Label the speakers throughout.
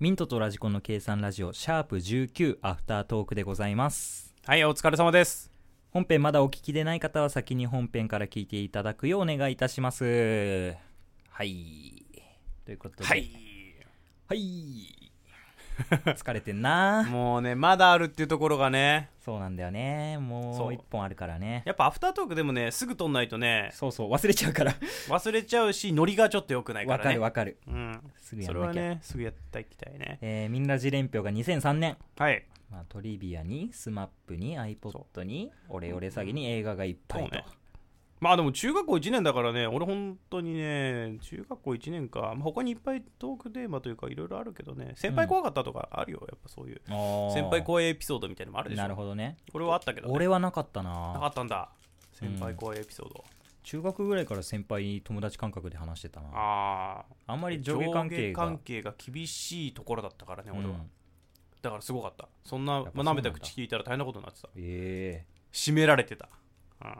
Speaker 1: ミントとラジコンの計算ラジオ、シャープ19アフタートークでございます。
Speaker 2: はい、お疲れ様です。
Speaker 1: 本編まだお聞きでない方は先に本編から聞いていただくようお願いいたします。はい。ということで。。。はい。疲れてんな。
Speaker 2: もうね、まだあるっていうところがね、
Speaker 1: そうなんだよね。も
Speaker 2: そう
Speaker 1: う一本あるからね。
Speaker 2: やっぱアフタートークでもね、すぐ撮んないとね、
Speaker 1: そうそう、忘れちゃう から。
Speaker 2: 忘れちゃうし、ノリがちょっと良くないか
Speaker 1: わ
Speaker 2: ら
Speaker 1: か
Speaker 2: ね。
Speaker 1: るわかる。
Speaker 2: うん。
Speaker 1: すぐや
Speaker 2: そ
Speaker 1: ん
Speaker 2: れ
Speaker 1: な
Speaker 2: は
Speaker 1: きゃ。
Speaker 2: ね、すぐやっていきたいね。
Speaker 1: えー、ミンラジ連票が2003年。
Speaker 2: はい。
Speaker 1: まあ、トリビアに、スマップに、iPod に、オレオレ詐欺に映画がいっぱい
Speaker 2: そう
Speaker 1: と
Speaker 2: ね。まあでも中学校1年だからね、俺本当にね、中学校1年か、まあ、他にいっぱいトークテーマというかいろいろあるけどね、先輩怖かったとかあるよ、やっぱそういう。
Speaker 1: おー
Speaker 2: 先輩怖いエピソードみたいなのもあるでしょ。
Speaker 1: なるほどね。
Speaker 2: 俺はあったけど、ね、
Speaker 1: 俺はなかった
Speaker 2: な
Speaker 1: な
Speaker 2: かったんだ。先輩怖いエピソード。
Speaker 1: 中学ぐらいから先輩に友達感覚で話してたなあ
Speaker 2: ああ。
Speaker 1: んまり上下関係が
Speaker 2: 上下関係が厳しいところだったからね、俺
Speaker 1: う
Speaker 2: は。
Speaker 1: ん
Speaker 2: だからすごかった。そんな、
Speaker 1: っぱ
Speaker 2: ま
Speaker 1: そう
Speaker 2: あ、
Speaker 1: なん
Speaker 2: 舐
Speaker 1: だ
Speaker 2: めた口聞いたら大変なことになってた。
Speaker 1: え
Speaker 2: 締められてた。うん。っ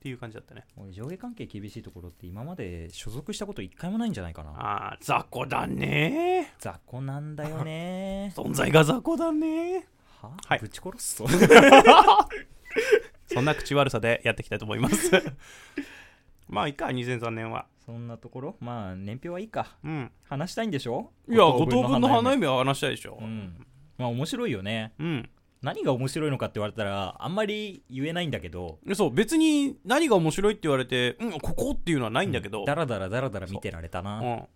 Speaker 2: ていう感じだったね。
Speaker 1: え俺上下関係厳しいところって今まで所属したこと一回もないんじゃないかな
Speaker 2: ああ、雑魚だね
Speaker 1: 雑魚なんだよ ね
Speaker 2: 存在が雑魚だね
Speaker 1: は、
Speaker 2: はい
Speaker 1: ぶち殺 すぞ
Speaker 2: そんな口悪さでやっていきたいと思い ます。まあ、いいか、2003年は。
Speaker 1: そんなところまあ年表はいいか
Speaker 2: うん。
Speaker 1: 話したいんでしょ
Speaker 2: いや、五等分の花
Speaker 1: 嫁
Speaker 2: 嫁は話したいでしょ
Speaker 1: う。んまあ面白いよね
Speaker 2: うん。
Speaker 1: 何が面白いのかって言われたらあんまり言えないんだけど
Speaker 2: そう、別に何が面白いって言われて、うん、ここっていうのはないんだけど、
Speaker 1: ダラダラダラダラ見てられた
Speaker 2: う。
Speaker 1: なん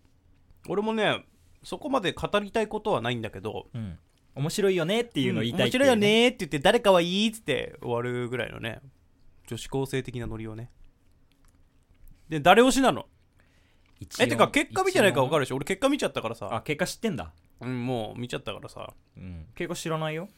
Speaker 2: 俺もね、そこまで語りたいことはないんだけど、
Speaker 1: うん面白いよねっていうのを言いたいっ
Speaker 2: 面
Speaker 1: て
Speaker 2: 白
Speaker 1: う
Speaker 2: いよねって言って、誰かはいいっつって終わるぐらいのね、女子高生的なノリをね。で、誰推しなの
Speaker 1: 一応
Speaker 2: え、てか、結果見てないから分か
Speaker 1: る
Speaker 2: るでしょ俺結果見ちゃったから
Speaker 1: あ
Speaker 2: さ、
Speaker 1: 結果知ってんだ
Speaker 2: うん、もう見ちゃったからさ、
Speaker 1: うん結果知らないよ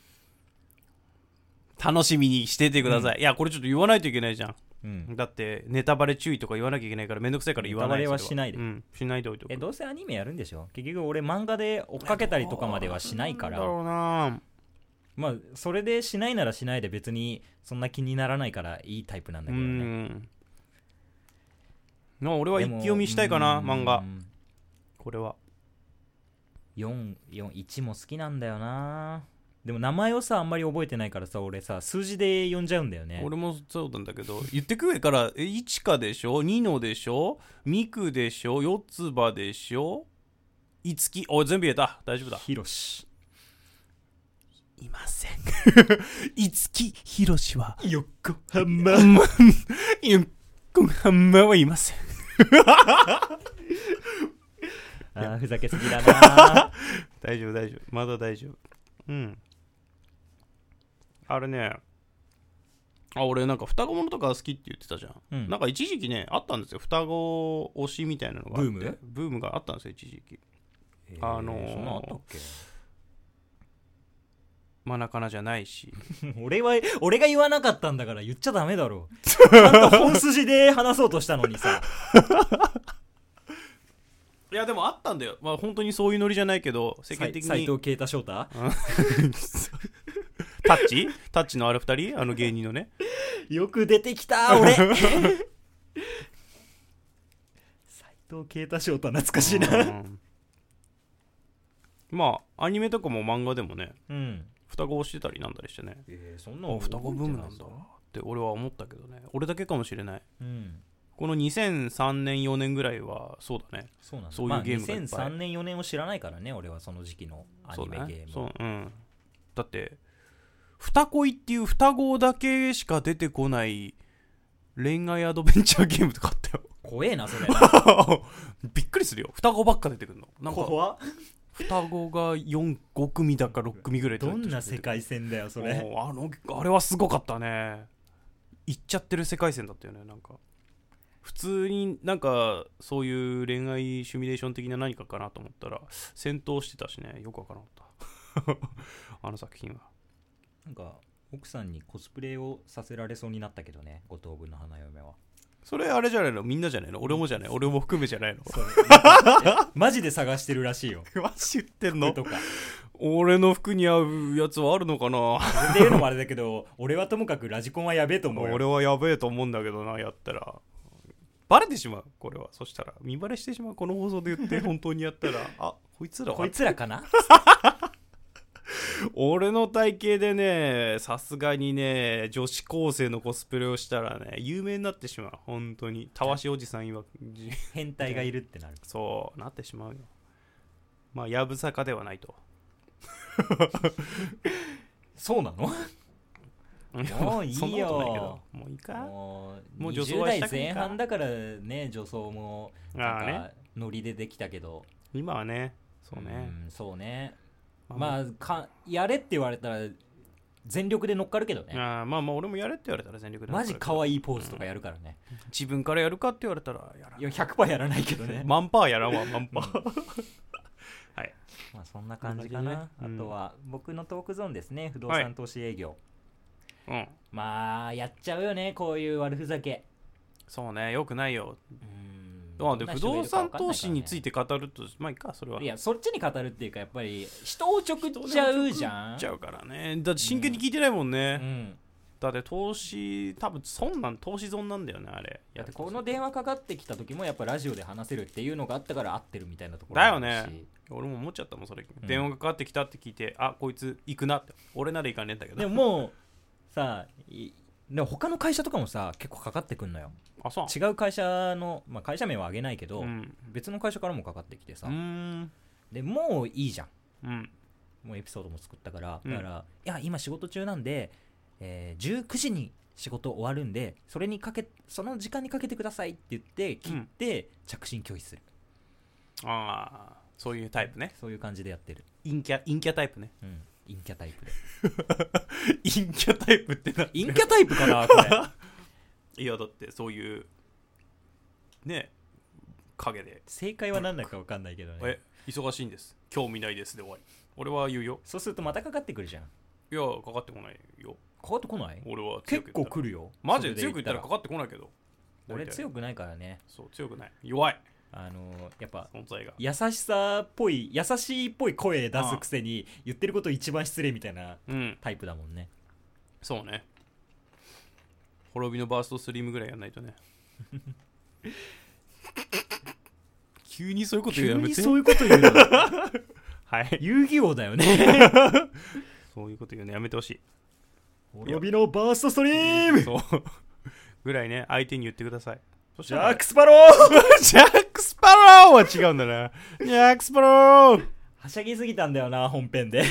Speaker 2: 楽しみにしててください、いやこれちょっと言わないといけないじゃん
Speaker 1: うん
Speaker 2: だってネタバレ注意とか言わなきゃいけないからめんどくさいから言わない
Speaker 1: ネタバレは
Speaker 2: そ
Speaker 1: しないで
Speaker 2: うん、しないでおいておく
Speaker 1: えどうせアニメやるんでしょ結局俺漫画で追っかけたりとかまではしないか
Speaker 2: なんだ
Speaker 1: ら
Speaker 2: ろうな
Speaker 1: まあそれでしないならしないで別にそんな気にならないからいいタイプなんだ
Speaker 2: う
Speaker 1: けどね
Speaker 2: んな俺は
Speaker 1: で
Speaker 2: 一
Speaker 1: も
Speaker 2: 気読みしたいかな
Speaker 1: うん
Speaker 2: 漫画これは
Speaker 1: 4 4 1も好きなんだよなでも名前をさあんまり覚えてないからさ俺さ数字で呼んじゃうんだよね
Speaker 2: 俺もそうなんだけど 言ってく上からえ一花でしょ二のでしょ三九でしょ四つ葉でしょ五木おい全部言えた大丈夫だ
Speaker 1: ヒロシ
Speaker 2: いません 五木ひろしは
Speaker 1: 横
Speaker 2: まんま、横浜はいません。
Speaker 1: あーふざけすぎだな
Speaker 2: 大丈夫、大丈夫。まだ大丈夫。うん。あれね、あ、俺なんか双子ものとか好きって言ってたじゃん。
Speaker 1: うん
Speaker 2: なんか一時期ね、あったんですよ。双子推しみたいなのがあって。
Speaker 1: ブーム
Speaker 2: ブームがあったんですよ、一時期。
Speaker 1: え
Speaker 2: あのー
Speaker 1: そんなのあったっけ
Speaker 2: マナカナじゃな いし。
Speaker 1: 俺は、俺が言わなかったんだから言っちゃダメだろ。 ちゃんと本筋で話そうとしたのにさ。
Speaker 2: いや、でもあったんだよ。まあ本当にそういうノリじゃないけど、世間的に。
Speaker 1: 斎藤慶太翔太
Speaker 2: タッチタッチのある二人あの芸人のね。
Speaker 1: よく出てきた、 俺。斎藤慶太翔太懐かしいな。
Speaker 2: うんまあ、アニメとかも漫画でもね、
Speaker 1: うん。
Speaker 2: 双子をしてたりなんだりしてね
Speaker 1: えそんな
Speaker 2: あ双子ブームなんだって俺は思ったけどね俺だけかもしれない
Speaker 1: うん。
Speaker 2: この2003年4年ぐらいはそうだね
Speaker 1: そうなんだ。
Speaker 2: そういうゲームがいっぱい
Speaker 1: まあ、2003年、4年を知らないからね、俺はその時期のアニメゲーム。
Speaker 2: そうだねそううんだって双恋っていう双子だけしか出てこない恋愛アドベンチャーゲームとかあった
Speaker 1: 怖えな、それ。
Speaker 2: よ びっくりするよ双子ばっか出てくるのなんか
Speaker 1: 怖
Speaker 2: 双子が45組だか6組ぐらい出て
Speaker 1: ど
Speaker 2: くる
Speaker 1: んな世界線だよ、それ。
Speaker 2: もうあのあれはすごかったね行っちゃってる世界線だったよねなんか普通になんかそういう恋愛シミュレーション的な何かかなと思ったら戦闘してたしねよくわからなかった あの作品は
Speaker 1: なんか奥さんにコスプレをさせられそうになったけどね五等分の花嫁は
Speaker 2: それあれじゃないのみんなじゃないの俺もじゃない俺も含めじゃないの
Speaker 1: マジで探してるらしいよ
Speaker 2: マジ言ってん
Speaker 1: 服
Speaker 2: の
Speaker 1: とか
Speaker 2: 俺の服に合うやつはあるのかな
Speaker 1: っていうのもあれだけど俺はともかくラジコンはやべえと思うよ
Speaker 2: 俺はやべえと思うんだけどなやったらバレてしまうこれはそしたら見バレしてしまうこの放送で言って本当にやったらあこいつら
Speaker 1: こ
Speaker 2: はい
Speaker 1: つらかな
Speaker 2: 俺の体型でねさすがにね女子高生のコスプレをしたらね有名になってしまう本当にたわしおじさんいわくじ
Speaker 1: 変態がいるってなる
Speaker 2: そうなってしまうよまあやぶさかではないと
Speaker 1: そうなのもういいよ
Speaker 2: そんなことないけどもういいか
Speaker 1: もう
Speaker 2: もう女装
Speaker 1: 20
Speaker 2: は
Speaker 1: 代
Speaker 2: したくね
Speaker 1: 前
Speaker 2: えか
Speaker 1: 半だからね女装も
Speaker 2: ああ
Speaker 1: なん
Speaker 2: ね
Speaker 1: かノリでできたけど
Speaker 2: 今はねそうね
Speaker 1: んそうね
Speaker 2: まあ
Speaker 1: まあかやれって言われたら全力で乗っかるけどね
Speaker 2: あーまあまあ俺もやれって言われたら全力で
Speaker 1: マジ可
Speaker 2: い
Speaker 1: 愛いポーズとかやるからね、
Speaker 2: 自分からやるかって言われたらやら
Speaker 1: いや100%やらないけどねま
Speaker 2: マンパーやら んわマンパーはい
Speaker 1: あそんな感じかな、
Speaker 2: こんな感じね
Speaker 1: あとは僕のトークゾーンですね不動
Speaker 2: は
Speaker 1: 産
Speaker 2: い
Speaker 1: 投資営業、
Speaker 2: うん
Speaker 1: まあやっちゃうよねこういう悪ふざけ
Speaker 2: そうねよくないよ
Speaker 1: うん
Speaker 2: あで不動産投資につい
Speaker 1: て
Speaker 2: て語るとまあいいかそれはい
Speaker 1: やそっちに語るっていうかやっぱり人を直っちゃうじゃん
Speaker 2: ちゃうからねだって真剣に聞いてないもんね、
Speaker 1: うん
Speaker 2: だって投資多分損なん投資損なんだよねあれ
Speaker 1: だってこの電話かかってきた時もやっぱラジオで話せるっていうのがあったから合ってるみたいなところ
Speaker 2: だよ
Speaker 1: もあるし
Speaker 2: ね俺も思っちゃったもんそれ、
Speaker 1: ん
Speaker 2: 電話かかってきたって聞いてあこいつ行くなって俺なら行かねえんだけど
Speaker 1: でももうさいでも他の会社とかもさ結構かかってくんのよ
Speaker 2: あそう
Speaker 1: 違う会社の、まあ、会社名は挙げないけど、
Speaker 2: うん
Speaker 1: 別の会社からもかかってきて
Speaker 2: う
Speaker 1: さ、
Speaker 2: ーん
Speaker 1: でもういいじゃん
Speaker 2: うん
Speaker 1: もうエピソードも作ったから
Speaker 2: うん
Speaker 1: だから、いや今仕事中なんで、えー19時に仕事終わるんでそれにかけその時間にかけてくださいって言って切って、着信拒否する
Speaker 2: ああそういうタイプね
Speaker 1: そういう感じでやってる、
Speaker 2: 陰キャ陰キャタイプね
Speaker 1: うん、陰キャタイプで
Speaker 2: 陰キャタイプってな
Speaker 1: 陰キャタイプかなこれ
Speaker 2: いやだってそういうね影で、
Speaker 1: 正解は何だか分かんないけどね
Speaker 2: え忙しいんです興味ないですで終わり俺は言うよ
Speaker 1: そうするとまたかかってくるじゃん
Speaker 2: いやかかってこないよ
Speaker 1: かかってこない
Speaker 2: 俺は強く
Speaker 1: 結
Speaker 2: 言
Speaker 1: 構
Speaker 2: ったら
Speaker 1: 来るよ
Speaker 2: マジ
Speaker 1: そ
Speaker 2: で
Speaker 1: れ
Speaker 2: 強く言ったら
Speaker 1: 言
Speaker 2: かかってこないけど
Speaker 1: 俺
Speaker 2: 大体
Speaker 1: 強くないからね
Speaker 2: そう強くない弱い
Speaker 1: あのーやっぱ
Speaker 2: 存在が
Speaker 1: 優しさっぽい優しいっぽい声出すくせに言ってること一番失礼みたいな
Speaker 2: うん
Speaker 1: タイプだもんね
Speaker 2: そうね滅びのバーストスリームぐらいやんないとね急にそういうこと言う
Speaker 1: 急
Speaker 2: のやめ
Speaker 1: に
Speaker 2: て
Speaker 1: そういうこと言うの
Speaker 2: はい
Speaker 1: 遊戯王だよね
Speaker 2: そういうこと言うのやめてほしい
Speaker 1: 滅びのバーストストリーム
Speaker 2: そう。ぐらいね、相手に言ってください。
Speaker 1: ジャック
Speaker 2: ス、
Speaker 1: スパロー
Speaker 2: ジャックスパローは違うんだな。ジャックスパロー
Speaker 1: はしゃぎすぎたんだよな本編で
Speaker 2: はい。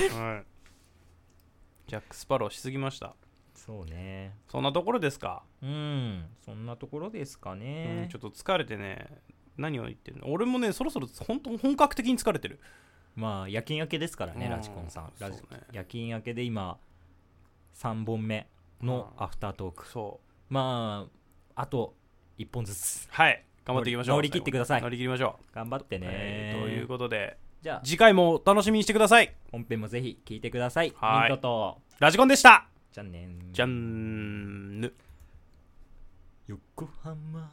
Speaker 2: ジャックスパローしすぎました。
Speaker 1: そうね
Speaker 2: そんなところですか、
Speaker 1: うんそんなところですか
Speaker 2: う
Speaker 1: ね
Speaker 2: んちょっと疲れてね、何を言ってるの俺もね、そろそろ本当本格的に疲れてる。
Speaker 1: まあ夜勤明けですからね
Speaker 2: うん
Speaker 1: ラジコンさんラジ
Speaker 2: そうね
Speaker 1: 夜勤明けで今3本目の
Speaker 2: うん
Speaker 1: アフタートーク
Speaker 2: そう。
Speaker 1: まああと1本ずつ
Speaker 2: はい。頑張っていきましょう。
Speaker 1: 乗り乗り切ってください
Speaker 2: 乗り切りましょう。
Speaker 1: 頑張ってね、
Speaker 2: えーということで、
Speaker 1: じゃあ
Speaker 2: 次回もお楽しみにしてください。
Speaker 1: 本編もぜひ聞いてください
Speaker 2: はい
Speaker 1: ミントと
Speaker 2: ラジコンでした。
Speaker 1: じゃあねー
Speaker 2: じゃんぬ。
Speaker 1: 横浜